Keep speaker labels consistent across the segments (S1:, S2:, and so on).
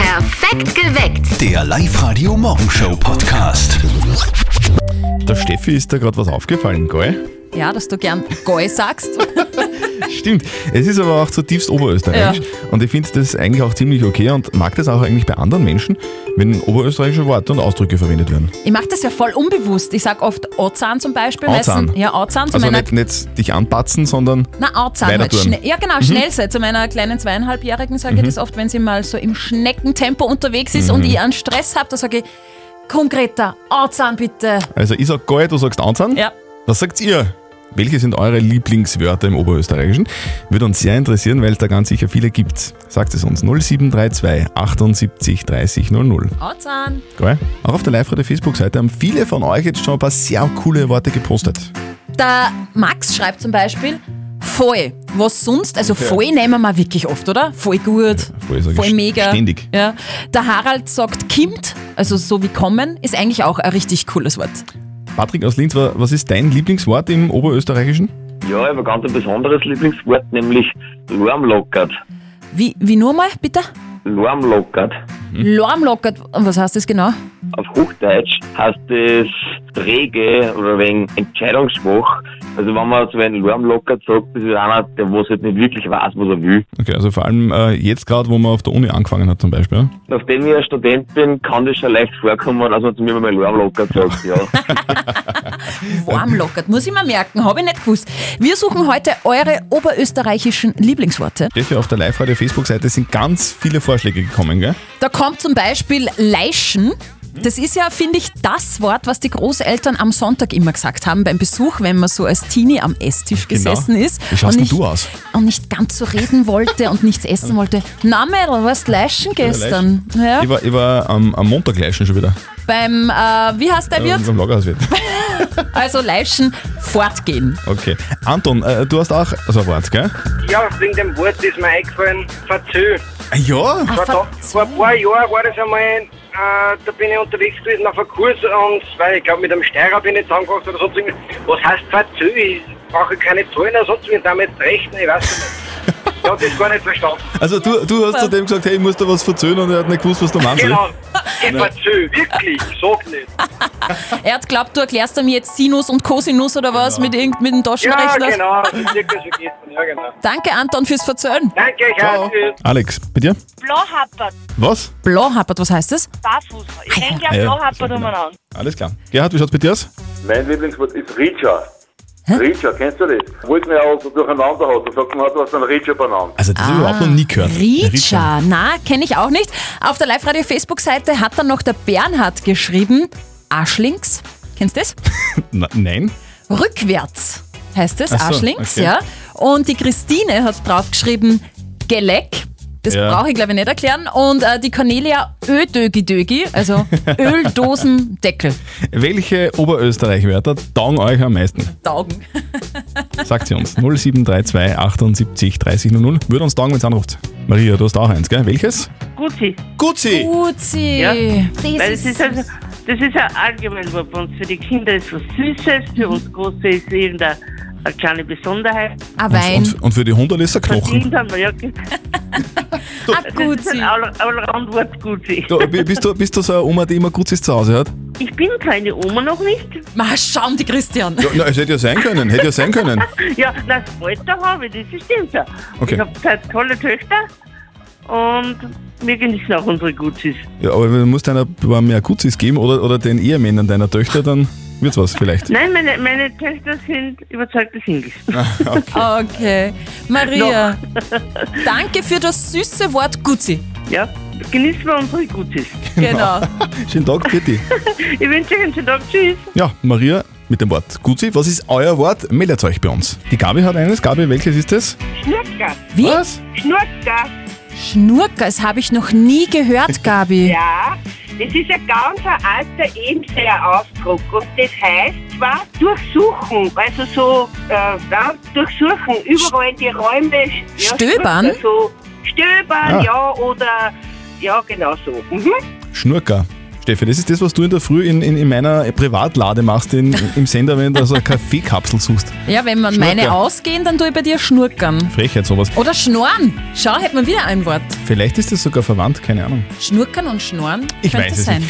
S1: Perfekt geweckt.
S2: Der Live-Radio Morgenshow Podcast.
S3: Der Steffi ist da gerade was aufgefallen, gell?
S4: Ja, dass du gern Goi sagst.
S3: Stimmt. Es ist aber auch zutiefst oberösterreichisch. Und ich finde das eigentlich auch ziemlich okay und mag das auch eigentlich bei anderen Menschen, wenn oberösterreichische Worte und Ausdrücke verwendet werden.
S4: Ich mache das ja voll unbewusst. Ich sag oft Ozan zum Beispiel.
S3: Ozahn.
S4: meistens- Ja, Ozan zu
S3: Also
S4: meiner.
S3: nicht, nicht dich anpatzen, sondern
S4: Nein, Ozan.
S3: weiter
S4: halt
S3: tun.
S4: schnell- Ja, genau, schnell sein. Zu meiner kleinen Zweieinhalbjährigen sage ich das oft, wenn sie mal so im Schneckentempo unterwegs ist und ich einen Stress habe, da sage ich, komm Greta, Ozan bitte.
S3: Also ich sag Gäu, du sagst Anzahn.
S4: Ja.
S3: Was sagt ihr? Welche sind eure Lieblingswörter im Oberösterreichischen? Würde uns sehr interessieren, weil es da ganz sicher viele gibt. Sagt es uns 0732 78 30 00.
S4: Ozan.
S3: Geil. Auch auf der Live-Radio-Facebook-Seite haben viele von euch jetzt schon ein paar sehr coole Worte gepostet.
S4: Der Max schreibt zum Beispiel, voll. Was sonst? Also voll nehmen wir wirklich oft, oder? Voll gut.
S3: voll sag ich
S4: voll
S3: st-
S4: mega.
S3: ständig.
S4: Ja. Der Harald sagt kimmt, also so wie kommen, ist eigentlich auch ein richtig cooles Wort.
S3: Patrick aus Linz, wa- was ist dein Lieblingswort im Oberösterreichischen?
S5: Ja, ich habe ein ganz besonderes Lieblingswort, nämlich Lärmlockert.
S4: Wie, wie nur mal, bitte?
S5: Lärmlockert.
S3: Hm?
S4: Lärmlockert, was heißt das genau?
S5: Auf Hochdeutsch heißt es träge oder wegen entscheidungsschwach. Also wenn man so einen Lärm lockert sagt, das ist einer, der was halt nicht wirklich weiß, was er will.
S3: Okay, also vor allem äh, jetzt gerade, wo man auf der Uni angefangen hat zum Beispiel. ja?
S5: Nachdem ich ein Student bin, kann das schon leicht vorkommen, dass man zu mir mal Lärm lockert sagt, ja.
S4: Warmlockert, muss ich mir merken, habe ich nicht gewusst. Wir suchen heute eure oberösterreichischen Lieblingsworte.
S3: Steffi, auf der Live-Radio-Facebook-Seite sind ganz viele Vorschläge gekommen, gell?
S4: Da kommt zum Beispiel Leischen. Das ist ja, finde ich, das Wort, was die Großeltern am Sonntag immer gesagt haben beim Besuch, wenn man so als Teenie am Esstisch
S3: Genau.
S4: gesessen ist.
S3: Wie schaust
S4: und
S3: denn
S4: nicht-
S3: du aus?
S4: Und nicht ganz so reden wollte und nichts essen wollte. Na, Mädel, du warst Leischen gestern. Ja,
S3: Ich war, ich war am- am Montag gleich schon wieder.
S4: beim, äh, wie heißt der
S3: Äh,
S4: Wirt?
S3: Beim Lagerhauswirt.
S4: Also Leischen, fortgehen.
S3: Okay. Anton, äh, du hast auch so ein Wort, gell?
S6: Ja, wegen dem Wort ist mir eingefallen, Verzöh.
S3: Ja.
S4: Ah,
S6: Vor, da, vor
S4: Verzeih.
S6: ein paar Jahren war das einmal, äh, da bin ich unterwegs gewesen auf einem Kurs und weil ich glaube mit einem Steirer bin ich zusammengebracht oder sonst irgendwas. Was heißt Verzöh? Ich brauche keine Zahlen oder sonst irgendwas damit rechnen, ich weiß nicht. Ich habe das gar nicht verstanden.
S3: Also du, du hast zu dem gesagt, hey, ich muss da was verzöhnen und er hat nicht gewusst, was du meinst.
S6: Genau. Ich Verzöh, wirklich, sag nicht.
S4: Er hat glaubt, du erklärst ihm jetzt Sinus und Cosinus oder was
S3: Genau.
S4: mit, irgend, mit dem
S6: Ja,
S4: Taschenrechner.
S6: genau, das ist wirklich so geht man, ja genau.
S4: Danke, Anton, fürs Verzögern.
S6: Danke, ich
S3: Ciao. Alex, bei dir?
S7: Blauhappert,
S3: Was?
S4: Blauhappert, was heißt das?
S7: barfuß. Ich denke ja,
S3: ja,
S7: Blauhappert
S3: so genau.
S7: umeinander.
S3: Alles klar. Gerhard, wie schaut's bei dir aus?
S8: Mein Lieblingswort ist Ritscher. Ritscher, kennst du das? Wo ich mir auch so durcheinander hat, da sagt man, hat was einen Ritscher benannt.
S3: Also
S4: Ah,
S3: das habe ich überhaupt noch nie gehört.
S4: Richa, na, kenne ich auch nicht. Auf der Live-Radio-Facebook-Seite hat dann noch der Bernhard geschrieben, Arschlinks, kennst du das?
S3: Na, nein.
S4: Rückwärts heißt das,
S3: Ach so,
S4: Arschlinks,
S3: okay.
S4: ja. Und die Christine hat draufgeschrieben, Geleck. Das
S3: Ja.
S4: brauche ich, glaube ich, nicht erklären. Und äh, die Cornelia Ödögi-Dögi, also Öldosendeckel.
S3: Welche Oberösterreich-Wörter taugen euch am meisten?
S4: Taugen.
S3: Sagt sie uns. 0732 78 30 00. Würde uns taugen, wenn anruft. Maria, du hast auch eins, gell? Welches?
S7: Gucci.
S3: Gucci!
S4: Oh, Uzi.
S7: Ja. Weil
S4: Das
S7: das ist also, das ist ein Allgemeinwort bei uns. Für die Kinder ist was Süßes, für uns Große ist irgendeine eine kleine
S4: ein
S7: Besonderheit.
S3: Und,
S4: Ah, Wein.
S3: und, und für die Hunderl ist er Knochen.
S7: Verdient haben wir ja. ge-
S4: Ein
S7: Das ist ein
S4: Guzi.
S7: All- Allroundwort Gucci.
S3: Du, bi- bist, du, bist du so eine Oma, die immer Guzis zu Hause hat?
S7: Ich bin keine Oma noch nicht.
S4: Mal schauen, die Christian.
S3: Ja, na, es hätte ja sein können, hätte ja sein können.
S7: Ja, das Alter habe ich, das stimmt ja.
S3: Okay.
S7: Ich habe zwei tolle Töchter und wir genießen auch unsere Gucis.
S3: Ja, aber du musst deiner paar mehr Guzis geben oder, oder den Ehemännern deiner Töchter, dann wird's was vielleicht.
S7: Nein, meine, meine Töchter sind überzeugte Singles.
S4: Okay. Maria, danke für das süße Wort Guzi.
S7: Ja, genießen wir unsere Gutis.
S4: Genau.
S3: Schönen Tag, bitte.
S7: Ich wünsche euch einen schönen Tag. Tschüss.
S3: Ja, Maria mit dem Wort Guzi. Was ist euer Wort? Meldet euch bei uns. Die Gabi hat eines. Gabi, welches ist es?
S6: Schnurker,
S4: Wie?
S3: Was?
S6: Schnurker,
S4: Schnurker, das habe ich noch nie gehört, Gabi.
S6: ja. Das ist ein ganz alter Ebenseher-Ausdruck und das heißt zwar durchsuchen, also so äh, ja, durchsuchen, überall in die Räume. Ja,
S4: Stöbern?
S6: So stöbern,
S3: Ah.
S6: ja, oder ja, genau so. Mhm.
S3: Schnurker. Steffi, das ist das, was du in der Früh in, in, in meiner Privatlade machst, in, im Sender, wenn du so eine Kaffeekapsel suchst.
S4: Ja, wenn man
S3: Schnurker.
S4: meine ausgehen, dann tue ich bei dir Schnurkern.
S3: Frechheit, sowas.
S4: Oder Schnorren. Schau, hätte man wieder ein Wort.
S3: Vielleicht ist das sogar verwandt, keine Ahnung.
S4: Schnurkern und Schnorren
S3: Ich
S4: könnte
S3: weiß es
S4: sein.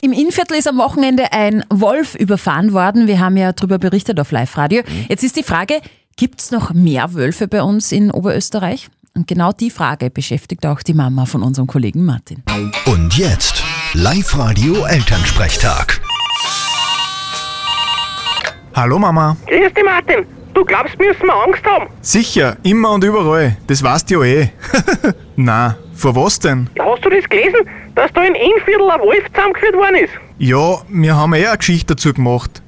S4: Im Innviertel ist am Wochenende ein Wolf überfahren worden. Wir haben ja darüber berichtet auf Live-Radio.
S3: Mhm.
S4: Jetzt ist die Frage, gibt es noch mehr Wölfe bei uns in Oberösterreich? Und genau die Frage beschäftigt auch die Mama von unserem Kollegen Martin.
S2: Und jetzt Live-Radio Elternsprechtag.
S9: Hallo Mama.
S7: Grüß dich, Martin. Du glaubst, wir müssen wir Angst haben?
S9: Sicher, immer und überall. Das weißt du ja eh. Na, vor was denn?
S7: Hast du das gelesen, dass da in Innviertel ein Wolf zusammengeführt worden ist?
S9: Ja, wir haben eh eine Geschichte dazu gemacht.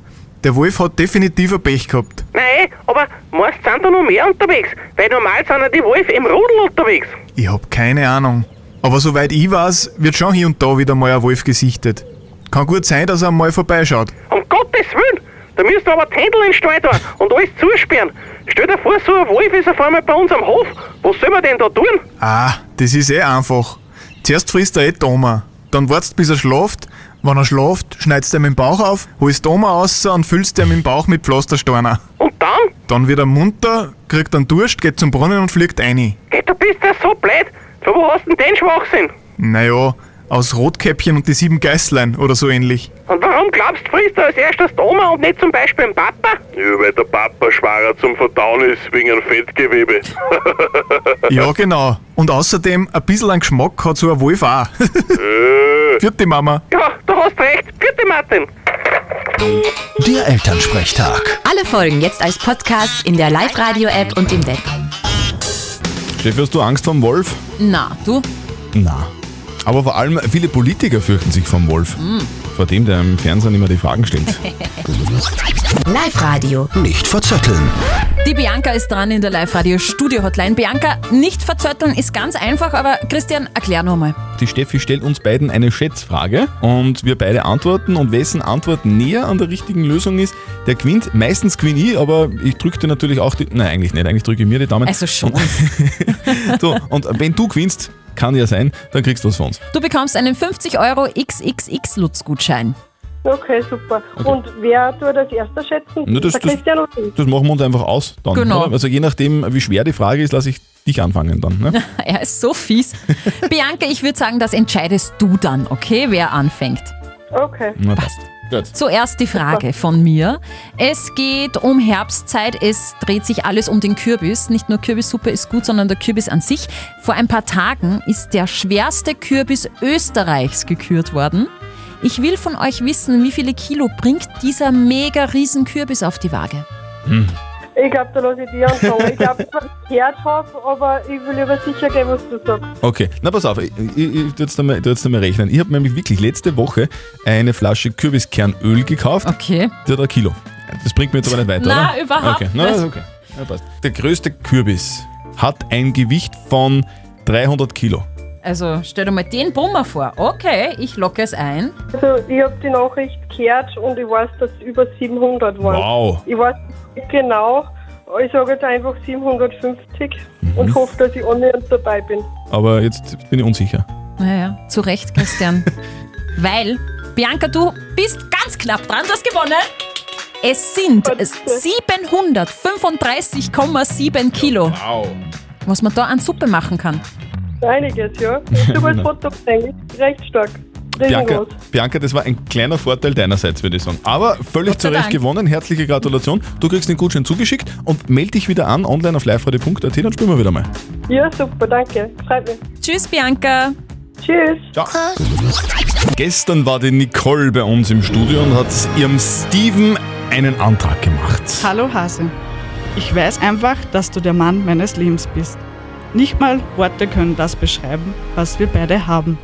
S9: Der Wolf hat definitiv ein Pech gehabt.
S7: Nein, eh, aber meist sind da noch mehr unterwegs, weil normal sind ja die Wölfe im Rudel unterwegs.
S9: Ich hab keine Ahnung. Aber soweit ich weiß, wird schon hier und da wieder mal ein Wolf gesichtet. Kann gut sein, dass er mal vorbeischaut.
S7: Um Gottes Willen, da müssen wir aber die Händel in den Stall tun und alles zusperren. Stell dir vor, so ein Wolf ist auf einmal bei uns am Hof. Was soll man denn da tun?
S9: Ah, das ist eh einfach. Zuerst frisst er eh die Oma. Dann wartest bis er schlaft. Wenn er schlaft, schneidest du ihm den Bauch auf, holst die Oma raus und füllst ihm den Bauch mit Pflastersteiner.
S7: Und dann?
S9: Dann wird er munter, kriegt einen Durst, geht zum Brunnen und fliegt rein.
S7: Hey, du bist ja so blöd. Von wo hast denn den Schwachsinn?
S9: Naja, aus Rotkäppchen und die sieben Geißlein oder so ähnlich.
S7: Und warum glaubst du, frisst du als erstes die Oma und nicht zum Beispiel den Papa?
S10: Ja, weil der Papa schwerer zum Verdauen ist wegen einem Fettgewebe.
S9: Ja, genau. Und außerdem, ein bisschen an Geschmack hat so ein Wolf auch. Vierte Mama.
S7: Ja, du hast recht. Bitte, Martin.
S2: Der Elternsprechtag.
S1: Alle Folgen jetzt als Podcast in der Live-Radio-App und im Web.
S3: Steffi, hast du Angst vor dem Wolf?
S4: Na, du?
S3: Na. Aber vor allem viele Politiker fürchten sich vom Wolf.
S4: Mm.
S3: Vor dem, der im Fernsehen immer die Fragen stellt.
S1: Live-Radio.
S2: Nicht verzetteln.
S4: Die Bianca ist dran in der Live-Radio-Studio-Hotline. Bianca, nicht verzötteln ist ganz einfach, aber Christian, erklär nochmal.
S3: Die Steffi stellt uns beiden eine Schätzfrage und wir beide antworten und wessen Antwort näher an der richtigen Lösung ist, der gewinnt. Meistens gewinne ich, aber ich drücke dir natürlich auch die... Nein, eigentlich nicht. Eigentlich drücke ich mir die Daumen.
S4: Also schon.
S3: So, und wenn du gewinnst, kann ja sein, dann kriegst du was von uns.
S4: Du bekommst einen 50 Euro XXX-Lutz-Gutschein.
S7: Okay, super. Und wer tut Also- das erste schätzen?
S3: Na, das- das-
S7: der Christian oder ich?
S3: Das machen wir uns einfach aus dann.
S4: Genau.
S3: Oder? Also je nachdem, wie schwer die Frage ist, lasse ich dich anfangen dann. Ne?
S4: Er ist so fies. Bianca, ich würde sagen, das entscheidest du dann, okay, wer anfängt.
S7: Okay.
S3: Na, passt. Gut.
S4: Zuerst die Frage von mir. Es geht um Herbstzeit. Es dreht sich alles um den Kürbis. Nicht nur Kürbissuppe ist gut, sondern der Kürbis an sich. Vor ein paar Tagen ist der schwerste Kürbis Österreichs gekürt worden. Ich will von euch wissen, wie viele Kilo bringt dieser mega riesen Kürbis auf die Waage?
S7: Ich glaube, da lasse ich dir anfangen. Ich glaube, ich habe gehört habe, aber ich will lieber sicher gehen, was du sagst.
S3: Okay, na pass auf, ich, ich, ich tu jetzt einmal, tu jetzt einmal rechnen. Ich habe nämlich wirklich letzte Woche eine Flasche Kürbiskernöl gekauft.
S4: Okay.
S3: Der hat ein Kilo. Das bringt mir jetzt aber nicht weiter,
S4: Na,
S3: oder?
S4: überhaupt
S3: okay. Na,
S4: nicht.
S3: okay. Ja, passt. Der größte Kürbis hat ein Gewicht von 300 Kilo.
S4: Also stell dir mal den Brummer vor. Okay, ich locke es ein.
S7: Also, ich habe die Nachricht gehört und ich weiß, dass es über 700 waren.
S3: Wow.
S7: Ich weiß nicht genau. Ich sage jetzt einfach 750 und hoffe, dass ich annähernd dabei bin.
S3: Aber jetzt bin ich unsicher.
S4: Naja, zu Recht, Christian. Weil, Bianca, du bist ganz knapp dran, du hast gewonnen. Es sind 735,7 Kilo,
S3: Wow.
S4: was man da an Suppe machen kann.
S7: Einiges, ja. Ich habe als Foto eigentlich recht stark.
S3: Bianca,
S7: Riesengroß.
S3: Bianca, das war ein kleiner Vorteil deinerseits, würde ich sagen. Aber völlig
S4: Gott sei
S3: zu Recht
S4: Dank.
S3: gewonnen. Herzliche Gratulation. Du kriegst den Gutschein zugeschickt und melde dich wieder an online auf liveradio.at, dann spielen wir wieder mal.
S7: Ja, super, danke. Freut mich.
S4: Tschüss, Bianca.
S7: Tschüss.
S3: Ciao. Gestern war die Nicole bei uns im Studio und hat ihrem Steven einen Antrag gemacht.
S7: Hallo Hase. Ich weiß einfach, dass du der Mann meines Lebens bist. Nicht mal Worte können das beschreiben, was wir beide haben.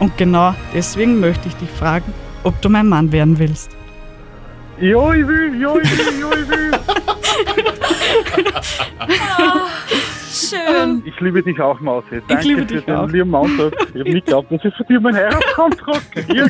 S7: Und genau deswegen möchte ich dich fragen, ob du mein Mann werden willst.
S11: Ja, ich will, ja, ich will, ja, ich will.
S3: Ah,
S4: Schön.
S11: Ich liebe dich auch, Mausi. Danke
S7: liebe
S11: für
S7: dich
S11: den
S7: auch.
S11: lieben Mauser. Ich habe nicht geglaubt, dass ich von dir meinen Heiratsantrag kriege.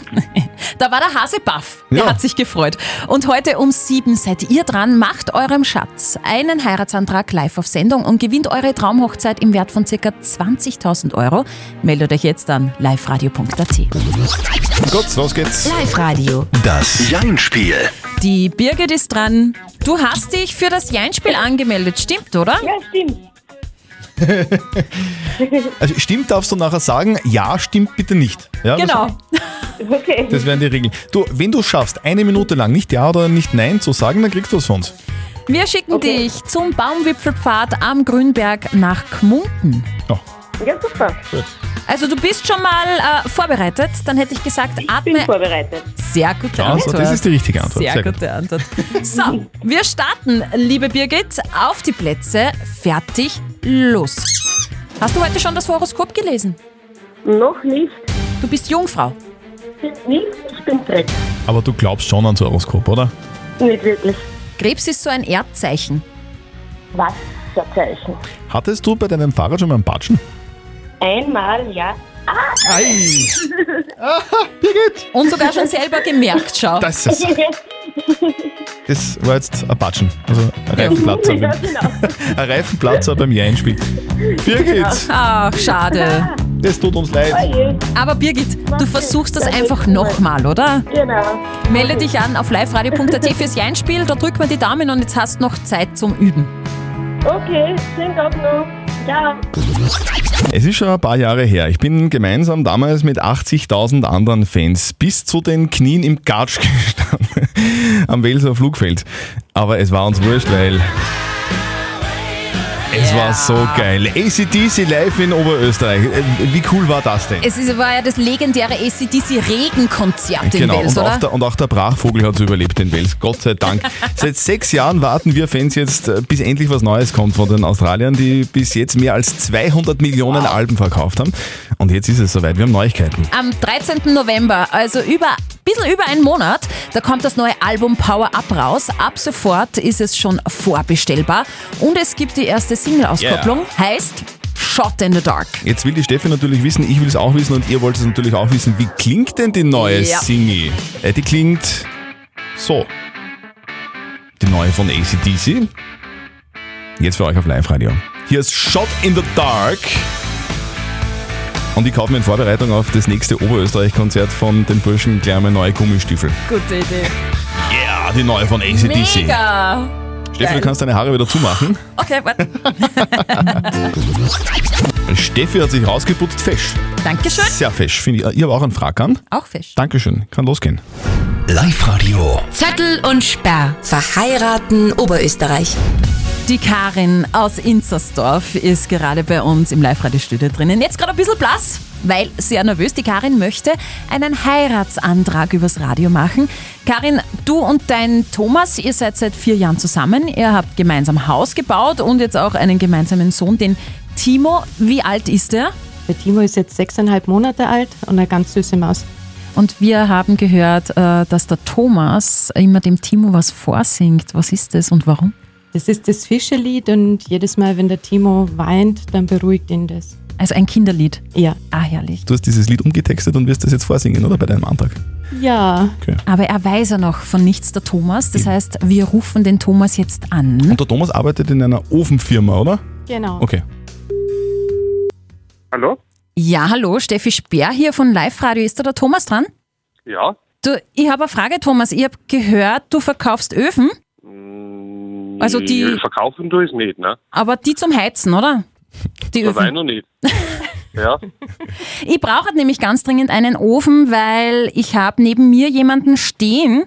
S4: Da war der Hase baff. Der
S3: Ja.
S4: hat sich gefreut. Und heute um sieben seid ihr dran. Macht eurem Schatz einen Heiratsantrag live auf Sendung und gewinnt eure Traumhochzeit im Wert von circa 20.000 Euro. Meldet euch jetzt an liveradio.at.
S3: Gut, los geht's.
S4: Live Radio.
S2: Das Jein-Spiel.
S4: Die Birgit ist dran. Du hast dich für das Jein-Spiel angemeldet, stimmt, oder?
S12: Ja, stimmt.
S3: Also stimmt, darfst du nachher sagen, ja, stimmt bitte nicht. Ja, das-
S4: genau.
S12: Okay.
S3: Das wären die Regeln. Du, wenn du schaffst, eine Minute lang nicht Ja oder nicht Nein zu sagen, dann kriegst du was von uns.
S4: Wir schicken dich zum Baumwipfelpfad am Grünberg nach Gmunden.
S12: Ja, super.
S4: Also du bist schon mal äh, vorbereitet. Dann hätte ich gesagt, atme.
S12: Bin vorbereitet.
S4: Sehr gute
S3: Schau, so,
S4: Antwort.
S3: Also, das ist die richtige Antwort.
S4: Sehr,
S3: Sehr gut.
S4: gute Antwort. So, wir starten, liebe Birgit, auf die Plätze. Fertig, los. Hast du heute schon das Horoskop gelesen?
S12: Noch nicht.
S4: Du bist Jungfrau.
S12: Nicht, ich bin dreck.
S3: Aber du glaubst schon an so ein Horoskop, oder?
S12: Nicht wirklich.
S4: Krebs ist so ein Erdzeichen.
S12: Wasserzeichen.
S3: Hattest du bei deinem Fahrrad schon mal einen Patschen?
S12: Einmal, ja. Ah!
S3: Ei!
S4: Und sogar schon selber gemerkt, schau.
S3: Das ist- Das war jetzt ein Patschen. Also ein Reifenplatzer.
S12: Ja,
S3: beim-
S12: genau. Genau.
S3: ein Reifenplatzer beim Jein-Spiel. Birgit,
S4: Ach, schade.
S3: das tut uns leid.
S12: Oje,
S4: Aber Birgit, du versuchst das einfach nochmal, oder?
S12: Genau.
S4: Melde dich an auf liveradio.at fürs Jeinspiel. Da drücken wir die Daumen und jetzt hast noch Zeit zum Üben.
S12: Okay, schönen Tag noch. Ciao.
S3: Es ist schon ein paar Jahre her. Ich bin gemeinsam damals mit 80.000 anderen Fans bis zu den Knien im Gatsch gestanden. Am Welser Flugfeld. Aber es war uns wurscht, weil... Es war so geil. ACDC live in Oberösterreich. Äh, Wie cool war das denn?
S4: Es ist, war ja das legendäre ACDC-Regenkonzert in
S3: genau,
S4: Wels,
S3: und,
S4: oder?
S3: Auch der, und auch der Brachvogel hat es überlebt in Wales, Gott sei Dank. Seit sechs Jahren warten wir Fans jetzt, äh, bis endlich was Neues kommt von den Australiern, die bis jetzt mehr als 200 Millionen Alben verkauft haben. Und jetzt ist es soweit, wir haben Neuigkeiten.
S4: Am 13. November, also über bisschen über einen Monat, da kommt das neue Album Power Up raus. Ab sofort ist es schon vorbestellbar und es gibt die erste Single-Auskopplung, heißt Shot in the Dark.
S3: Jetzt will die Steffi natürlich wissen, ich will es auch wissen und ihr wollt es natürlich auch wissen. Wie klingt denn die neue
S4: Ja.
S3: Single? Äh, die klingt so. Die neue von ACDC. Jetzt für euch auf Live-Radio. Hier ist Shot in the Dark. Und ich kaufe mir in Vorbereitung auf das nächste Oberösterreich-Konzert von den Burschen gleich mal neue Gummistiefel.
S4: Gute Idee.
S3: Ja, die neue von ACDC.
S4: Mega!
S3: Steffi, du
S4: Geil.
S3: kannst deine Haare wieder zumachen.
S4: Okay, warte.
S3: Steffi hat sich rausgeputzt, fesch.
S4: Dankeschön.
S3: Sehr fesch, finde ich. Ich habe auch einen Frack an.
S4: Auch Fisch.
S3: Dankeschön, kann losgehen.
S2: Live-Radio.
S1: Zettel und Sperr. Verheiraten Oberösterreich.
S4: Die Karin aus Inzersdorf ist gerade bei uns im Live-Radio-Studio drinnen. Jetzt gerade ein bisschen blass, weil sehr nervös. Die Karin möchte einen Heiratsantrag übers Radio machen. Karin, du und dein Thomas, ihr seid seit vier Jahren zusammen. Ihr habt gemeinsam Haus gebaut und jetzt auch einen gemeinsamen Sohn, den Timo. Wie alt ist er?
S8: Der Timo ist jetzt sechseinhalb Monate alt und eine ganz süße Maus.
S4: Und wir haben gehört, äh, dass der Thomas immer dem Timo was vorsingt. Was ist das und warum?
S8: Das ist das Fischerlied und jedes Mal, wenn der Timo weint, dann beruhigt ihn das.
S4: Also ein Kinderlied?
S8: Ja.
S4: Ah, herrlich.
S3: Du hast dieses Lied umgetextet und wirst das jetzt vorsingen, oder? Bei deinem Antrag.
S8: Ja.
S4: Aber er weiß ja noch von nichts, der Thomas. Das heißt, wir rufen den Thomas jetzt an.
S3: Und der Thomas arbeitet in einer Ofenfirma, oder?
S8: Genau.
S3: Okay.
S10: Hallo?
S4: Ja, hallo, Steffi Speer hier von Live Radio. Ist da der Thomas dran?
S10: Ja?
S4: Du, ich habe eine Frage, Thomas. Ich habe gehört, du verkaufst Öfen, Also die-
S10: Nee, Verkaufen tue Mm, ich nicht, ne?
S4: aber die zum Heizen, oder? Die
S10: Das weiß ich
S4: Öfen.
S10: noch nicht. ja?
S4: Ich brauche nämlich ganz dringend einen Ofen, weil ich habe neben mir jemanden stehen,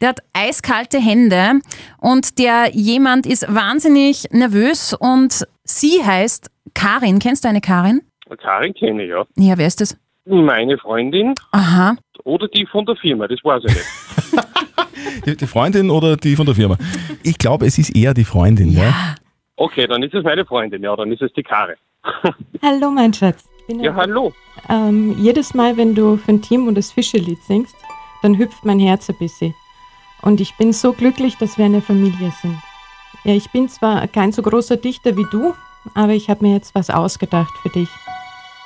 S4: der hat eiskalte Hände und der jemand ist wahnsinnig nervös und sie heißt Karin. Kennst du eine Karin?
S10: Karin kenne ich, ja.
S4: Ja, wer ist das?
S10: Meine Freundin
S4: Aha.
S10: oder die von der Firma, das weiß ich nicht.
S3: Die, die Freundin oder die von der Firma? Ich glaube, es ist eher die Freundin, ja?
S10: Okay, dann ist es meine Freundin, ja, dann ist es die Karin.
S8: Hallo, mein Schatz. Ich Bin
S10: Ja, hallo.
S8: Ähm, jedes Mal, wenn du für ein Timo das Fischerlied singst, dann hüpft mein Herz ein bisschen. Und ich bin so glücklich, dass wir eine Familie sind. Ja, ich bin zwar kein so großer Dichter wie du, aber ich habe mir jetzt was ausgedacht für dich.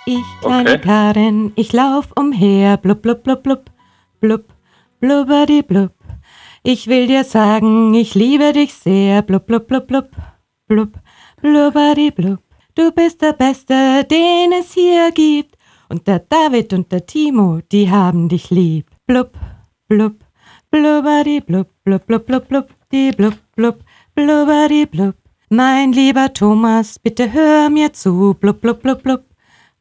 S8: Ich, kleine
S10: Okay.
S8: Karin, ich lauf umher, blub, blub, blub, blub, blub. blubberi blub. Ich will dir sagen, ich liebe dich sehr, blub blub blub blub blub blubberi blub. Du bist der Beste, den es hier gibt. Und der David und der Timo, die haben dich lieb. Blub blub blubberi blub blub blub blub blub die blub blub blubberi blub. Mein lieber Thomas, bitte hör mir zu, blub blub blub blub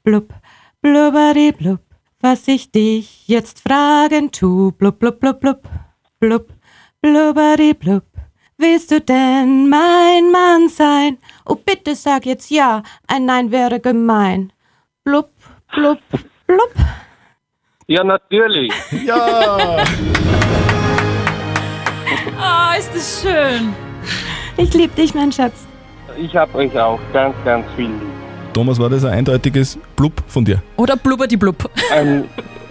S8: blub blubberi blub. Was ich dich jetzt fragen tu, blub blub blub blub blub blubberi blub. Willst du denn mein Mann sein? Oh bitte sag jetzt ja, ein Nein wäre gemein. Blub blub blub.
S13: Ja, natürlich.
S3: Ja.
S4: Oh, ist das schön.
S8: Ich liebe dich, mein Schatz.
S13: Ich hab euch auch ganz, ganz viel lieb.
S3: Thomas, war das ein eindeutiges Blub von dir?
S4: Oder blubber die blub.
S13: Ein,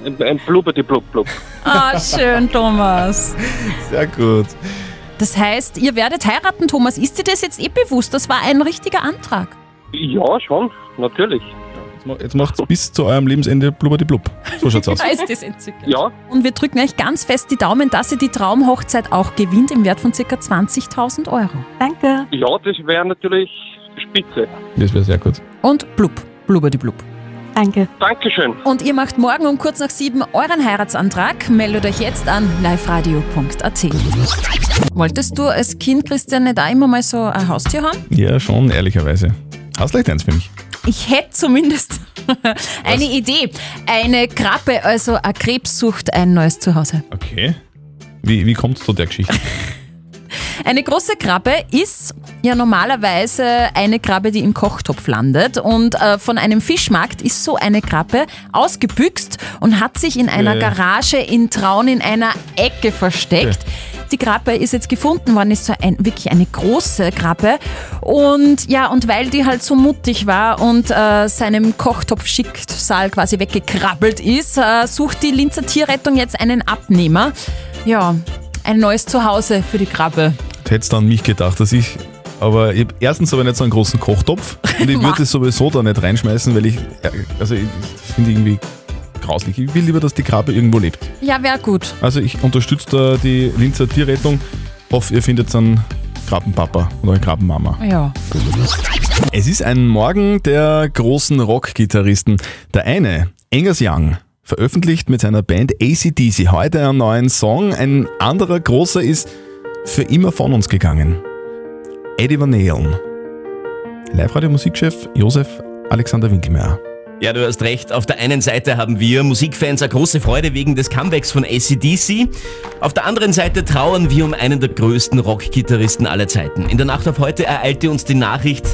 S13: Ähm, ein blubberdi blub blub.
S4: Ah, schön, Thomas.
S3: Sehr gut.
S4: Das heißt, ihr werdet heiraten, Thomas. Ist dir das jetzt eh bewusst? Das war ein richtiger Antrag.
S13: Ja, schon, natürlich.
S3: Jetzt ma- Jetzt macht's bis zu eurem Lebensende blubberdi blub. So schaut's aus.
S4: Da ist das entzückend.
S13: Ja.
S4: Und wir drücken euch ganz fest die Daumen, dass ihr die Traumhochzeit auch gewinnt im Wert von ca. 20.000 Euro.
S8: Danke.
S13: Ja, das wäre natürlich spitze.
S3: Das wäre sehr gut.
S4: Und blub, blubberdi blub.
S8: Danke.
S13: Dankeschön.
S4: Und ihr macht morgen um kurz nach sieben euren Heiratsantrag. Meldet euch jetzt an liveradio.at. Wolltest du als Kind, Christian, nicht auch immer mal so ein Haustier haben?
S3: Ja, schon, ehrlicherweise. Hast leicht eins für mich.
S4: Ich hätte zumindest eine Idee. Eine Krabbe, also eine Krebs sucht ein neues Zuhause.
S3: Okay. Wie, wie kommt's zu der Geschichte?
S4: Eine große Krabbe ist ja normalerweise eine Krabbe, die im Kochtopf landet. Und äh, von einem Fischmarkt ist so eine Krabbe ausgebüxt und hat sich in einer
S14: Äh.
S4: Garage in Traun in einer Ecke versteckt. Die Krabbe ist jetzt gefunden worden, ist so ein, wirklich eine große Krabbe. Und ja, und weil die halt so mutig war und äh, seinem Kochtopf-Schicksal quasi weggekrabbelt ist, äh, sucht die Linzer Tierrettung jetzt einen Abnehmer. Ja, ein neues Zuhause für die Krabbe.
S3: Hättest du an mich gedacht, dass ich. Aber ich, hab- erstens habe ich nicht so einen großen Kochtopf und ich würde das sowieso da nicht reinschmeißen, weil ich. ja, Also ich finde irgendwie grauslich. Ich will lieber, dass die Krabbe irgendwo lebt.
S4: Ja, wäre gut.
S3: Also ich unterstütze da die Linzer Tierrettung. Hoffe, ihr findet einen Krabbenpapa oder eine Krabbenmama.
S4: Ja.
S3: Es ist ein Morgen der großen Rockgitarristen. Der eine, Angus Young, veröffentlicht mit seiner Band ACDC heute einen neuen Song. Ein anderer großer ist für immer von uns gegangen. Eddie Van Halen. Live-Radio-Musikchef Josef Alexander Winkelmeier.
S5: Ja, du hast recht. Auf der einen Seite haben wir Musikfans eine große Freude wegen des Comebacks von ACDC. Auf der anderen Seite trauern wir um einen der größten Rockgitarristen aller Zeiten. In der Nacht auf heute ereilte uns die Nachricht,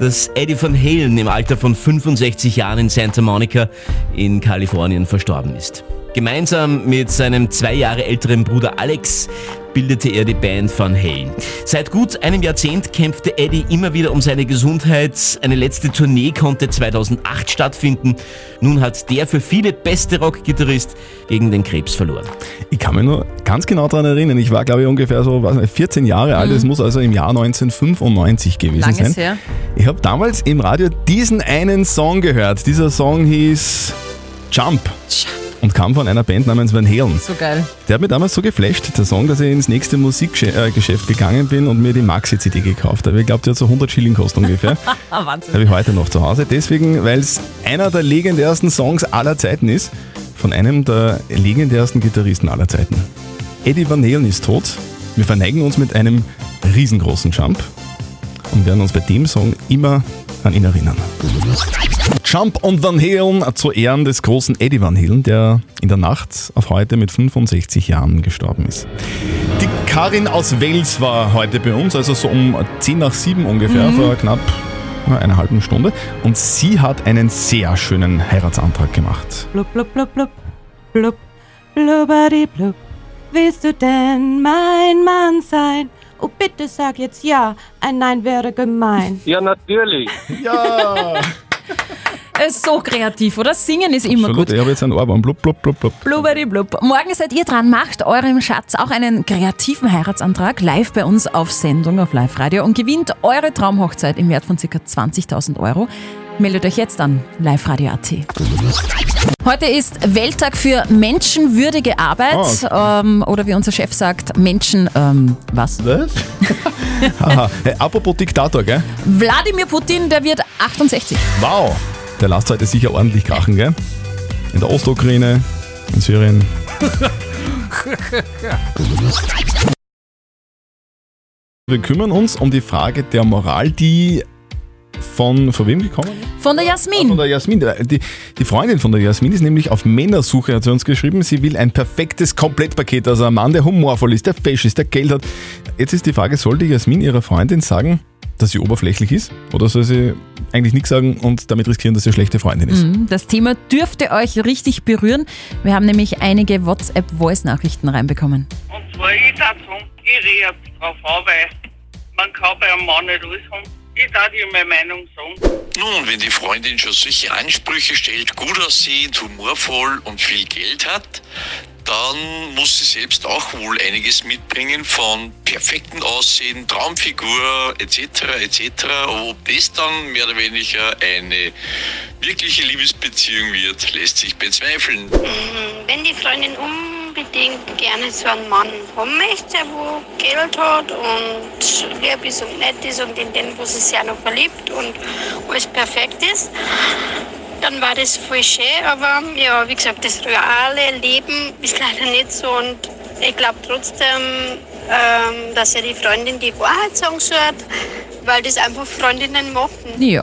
S5: dass Eddie Van Halen im Alter von 65 Jahren in Santa Monica in Kalifornien verstorben ist. Gemeinsam mit seinem zwei Jahre älteren Bruder Alex bildete er die Band Van Halen. Seit gut einem Jahrzehnt kämpfte Eddie immer wieder um seine Gesundheit. Eine letzte Tournee konnte 2008 stattfinden. Nun hat der für viele beste Rockgitarrist gegen den Krebs verloren.
S3: Ich kann mich nur ganz genau daran erinnern. Ich war, glaube ich, ungefähr so weiß nicht, 14 Jahre alt.
S5: Mhm.
S3: Es muss also im Jahr 1995 gewesen
S5: Lang
S3: sein.
S5: ist her.
S3: Ich habe damals im Radio diesen einen Song gehört. Dieser Song hieß Jump und kam von einer Band namens Van Halen.
S4: So geil.
S3: Der hat mich damals so geflasht, der Song, dass ich ins nächste Musikgeschäft gegangen bin und mir die Maxi-CD gekauft habe. Ich glaube, die hat so 100 Schilling gekostet ungefähr.
S4: Ah,
S3: Habe
S4: Wahnsinn.
S3: ich heute noch zu Hause. Deswegen, weil es einer der legendärsten Songs aller Zeiten ist. Von einem der legendärsten Gitarristen aller Zeiten. Eddie Van Halen ist tot. Wir verneigen uns mit einem riesengroßen Jump und werden uns bei dem Song immer an ihn erinnern. Jump und Van Halen zu Ehren des großen Eddie Van Halen, der in der Nacht auf heute mit 65 Jahren gestorben ist. Die Karin aus Wels war heute bei uns, also so um 10 nach 7 ungefähr,
S15: Mhm.
S3: vor knapp ja, einer halben Stunde. Und sie hat einen sehr schönen Heiratsantrag gemacht.
S8: Blub blub blub blub blub blubberi blub. Willst du denn mein Mann sein? Oh bitte sag jetzt ja, ein Nein wäre gemein.
S13: Ja, natürlich.
S3: Ja.
S4: Es Ist so kreativ, oder? Singen ist immer
S3: Absolut,
S4: gut.
S3: ich habe jetzt einen Ohrwurm. Blub, blub, blub, blub.
S4: Blubberi blub. Morgen seid ihr dran, macht eurem Schatz auch einen kreativen Heiratsantrag live bei uns auf Sendung auf Live Radio und gewinnt eure Traumhochzeit im Wert von ca. 20.000 Euro. Meldet euch jetzt an, live radio.at. Heute ist Welttag für menschenwürdige Arbeit ähm, oder wie unser Chef sagt, Menschen, ähm, was?
S3: Was? Haha. Hey, apropos Diktator, gell?
S4: Wladimir Putin, der wird 68.
S3: Wow, der lässt heute sicher ordentlich krachen, gell? In der Ostukraine, in Syrien. Wir kümmern uns um die Frage der Moral, die von, von wem gekommen ist?
S4: Von der Jasmin.
S3: Von der Jasmin. Äh, Die, die Freundin von der Jasmin ist nämlich auf Männersuche, hat sie uns geschrieben. Sie will ein perfektes Komplettpaket. Also ein Mann, der humorvoll ist, der fesch ist, der Geld hat. Jetzt ist die Frage, soll die Jasmin ihrer Freundin sagen, dass sie oberflächlich ist? Oder soll sie eigentlich nichts sagen und damit riskieren, dass sie eine schlechte Freundin ist?
S4: Mhm, Das Thema dürfte euch richtig berühren. Wir haben nämlich einige WhatsApp-Voice-Nachrichten reinbekommen.
S6: Und zwar, ich darf sagen, ich rehe jetzt drauf an, weil man kann bei einem Mann nicht alles haben. Ich darf dir meine Meinung sagen.
S7: Nun, wenn die Freundin schon solche Ansprüche stellt, gut aussehend, humorvoll und viel Geld hat, dann muss sie selbst auch wohl einiges mitbringen von perfektem Aussehen, Traumfigur etc. etc. Ob das dann mehr oder weniger eine wirkliche Liebesbeziehung wird, lässt sich bezweifeln.
S16: Mhm. Wenn die Freundin unbedingt gerne so einen Mann haben möchte, wo Geld hat und lieb ist und nett ist und in den, wo sie sich auch noch verliebt und alles perfekt ist, dann war das voll schön. Aber ja, wie gesagt, das reale Leben ist leider nicht so und ich glaube trotzdem, ähm, dass ja die Freundin die Wahrheit sagen sollte, weil das einfach Freundinnen machen.
S4: Ja.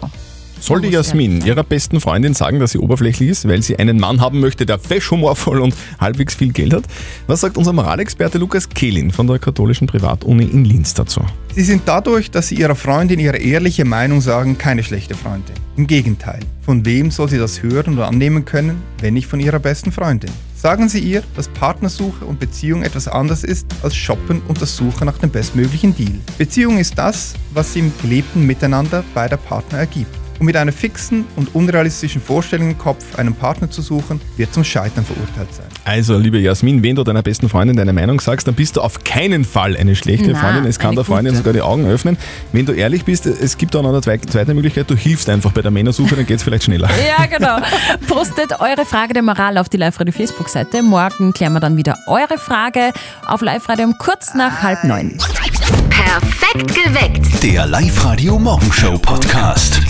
S3: Soll die Jasmin ihrer besten Freundin sagen, dass sie oberflächlich ist, weil sie einen Mann haben möchte, der fesch humorvoll und halbwegs viel Geld hat? Was sagt unser Moralexperte Lukas Kehlin von der katholischen Privatuni in Linz dazu?
S8: Sie sind dadurch, dass sie ihrer Freundin ihre ehrliche Meinung sagen, keine schlechte Freundin. Im Gegenteil, von wem soll sie das hören oder annehmen können, wenn nicht von ihrer besten Freundin? Sagen Sie ihr, dass Partnersuche und Beziehung etwas anderes ist als Shoppen und das Suchen nach dem bestmöglichen Deal. Beziehung ist das, was sie im gelebten Miteinander beider Partner ergibt. Und mit einer fixen und unrealistischen Vorstellung im Kopf, einen Partner zu suchen, wird zum Scheitern verurteilt sein.
S3: Also, liebe Jasmin, wenn du deiner besten Freundin deine Meinung sagst, dann bist du auf keinen Fall eine schlechte
S8: Na,
S3: Freundin. Es kann
S8: eine
S3: der Freundin
S8: gute.
S3: sogar die Augen öffnen. Wenn du ehrlich bist, es gibt auch noch eine zweit- zweite Möglichkeit, du hilfst einfach bei der Männersuche, dann geht es vielleicht schneller.
S4: Ja, genau. Postet eure Frage der Moral auf die Live-Radio Facebook-Seite. Morgen klären wir dann wieder eure Frage auf Live-Radio um kurz nach halb neun.
S1: Perfekt geweckt.
S2: Der Live-Radio Morgenshow Podcast.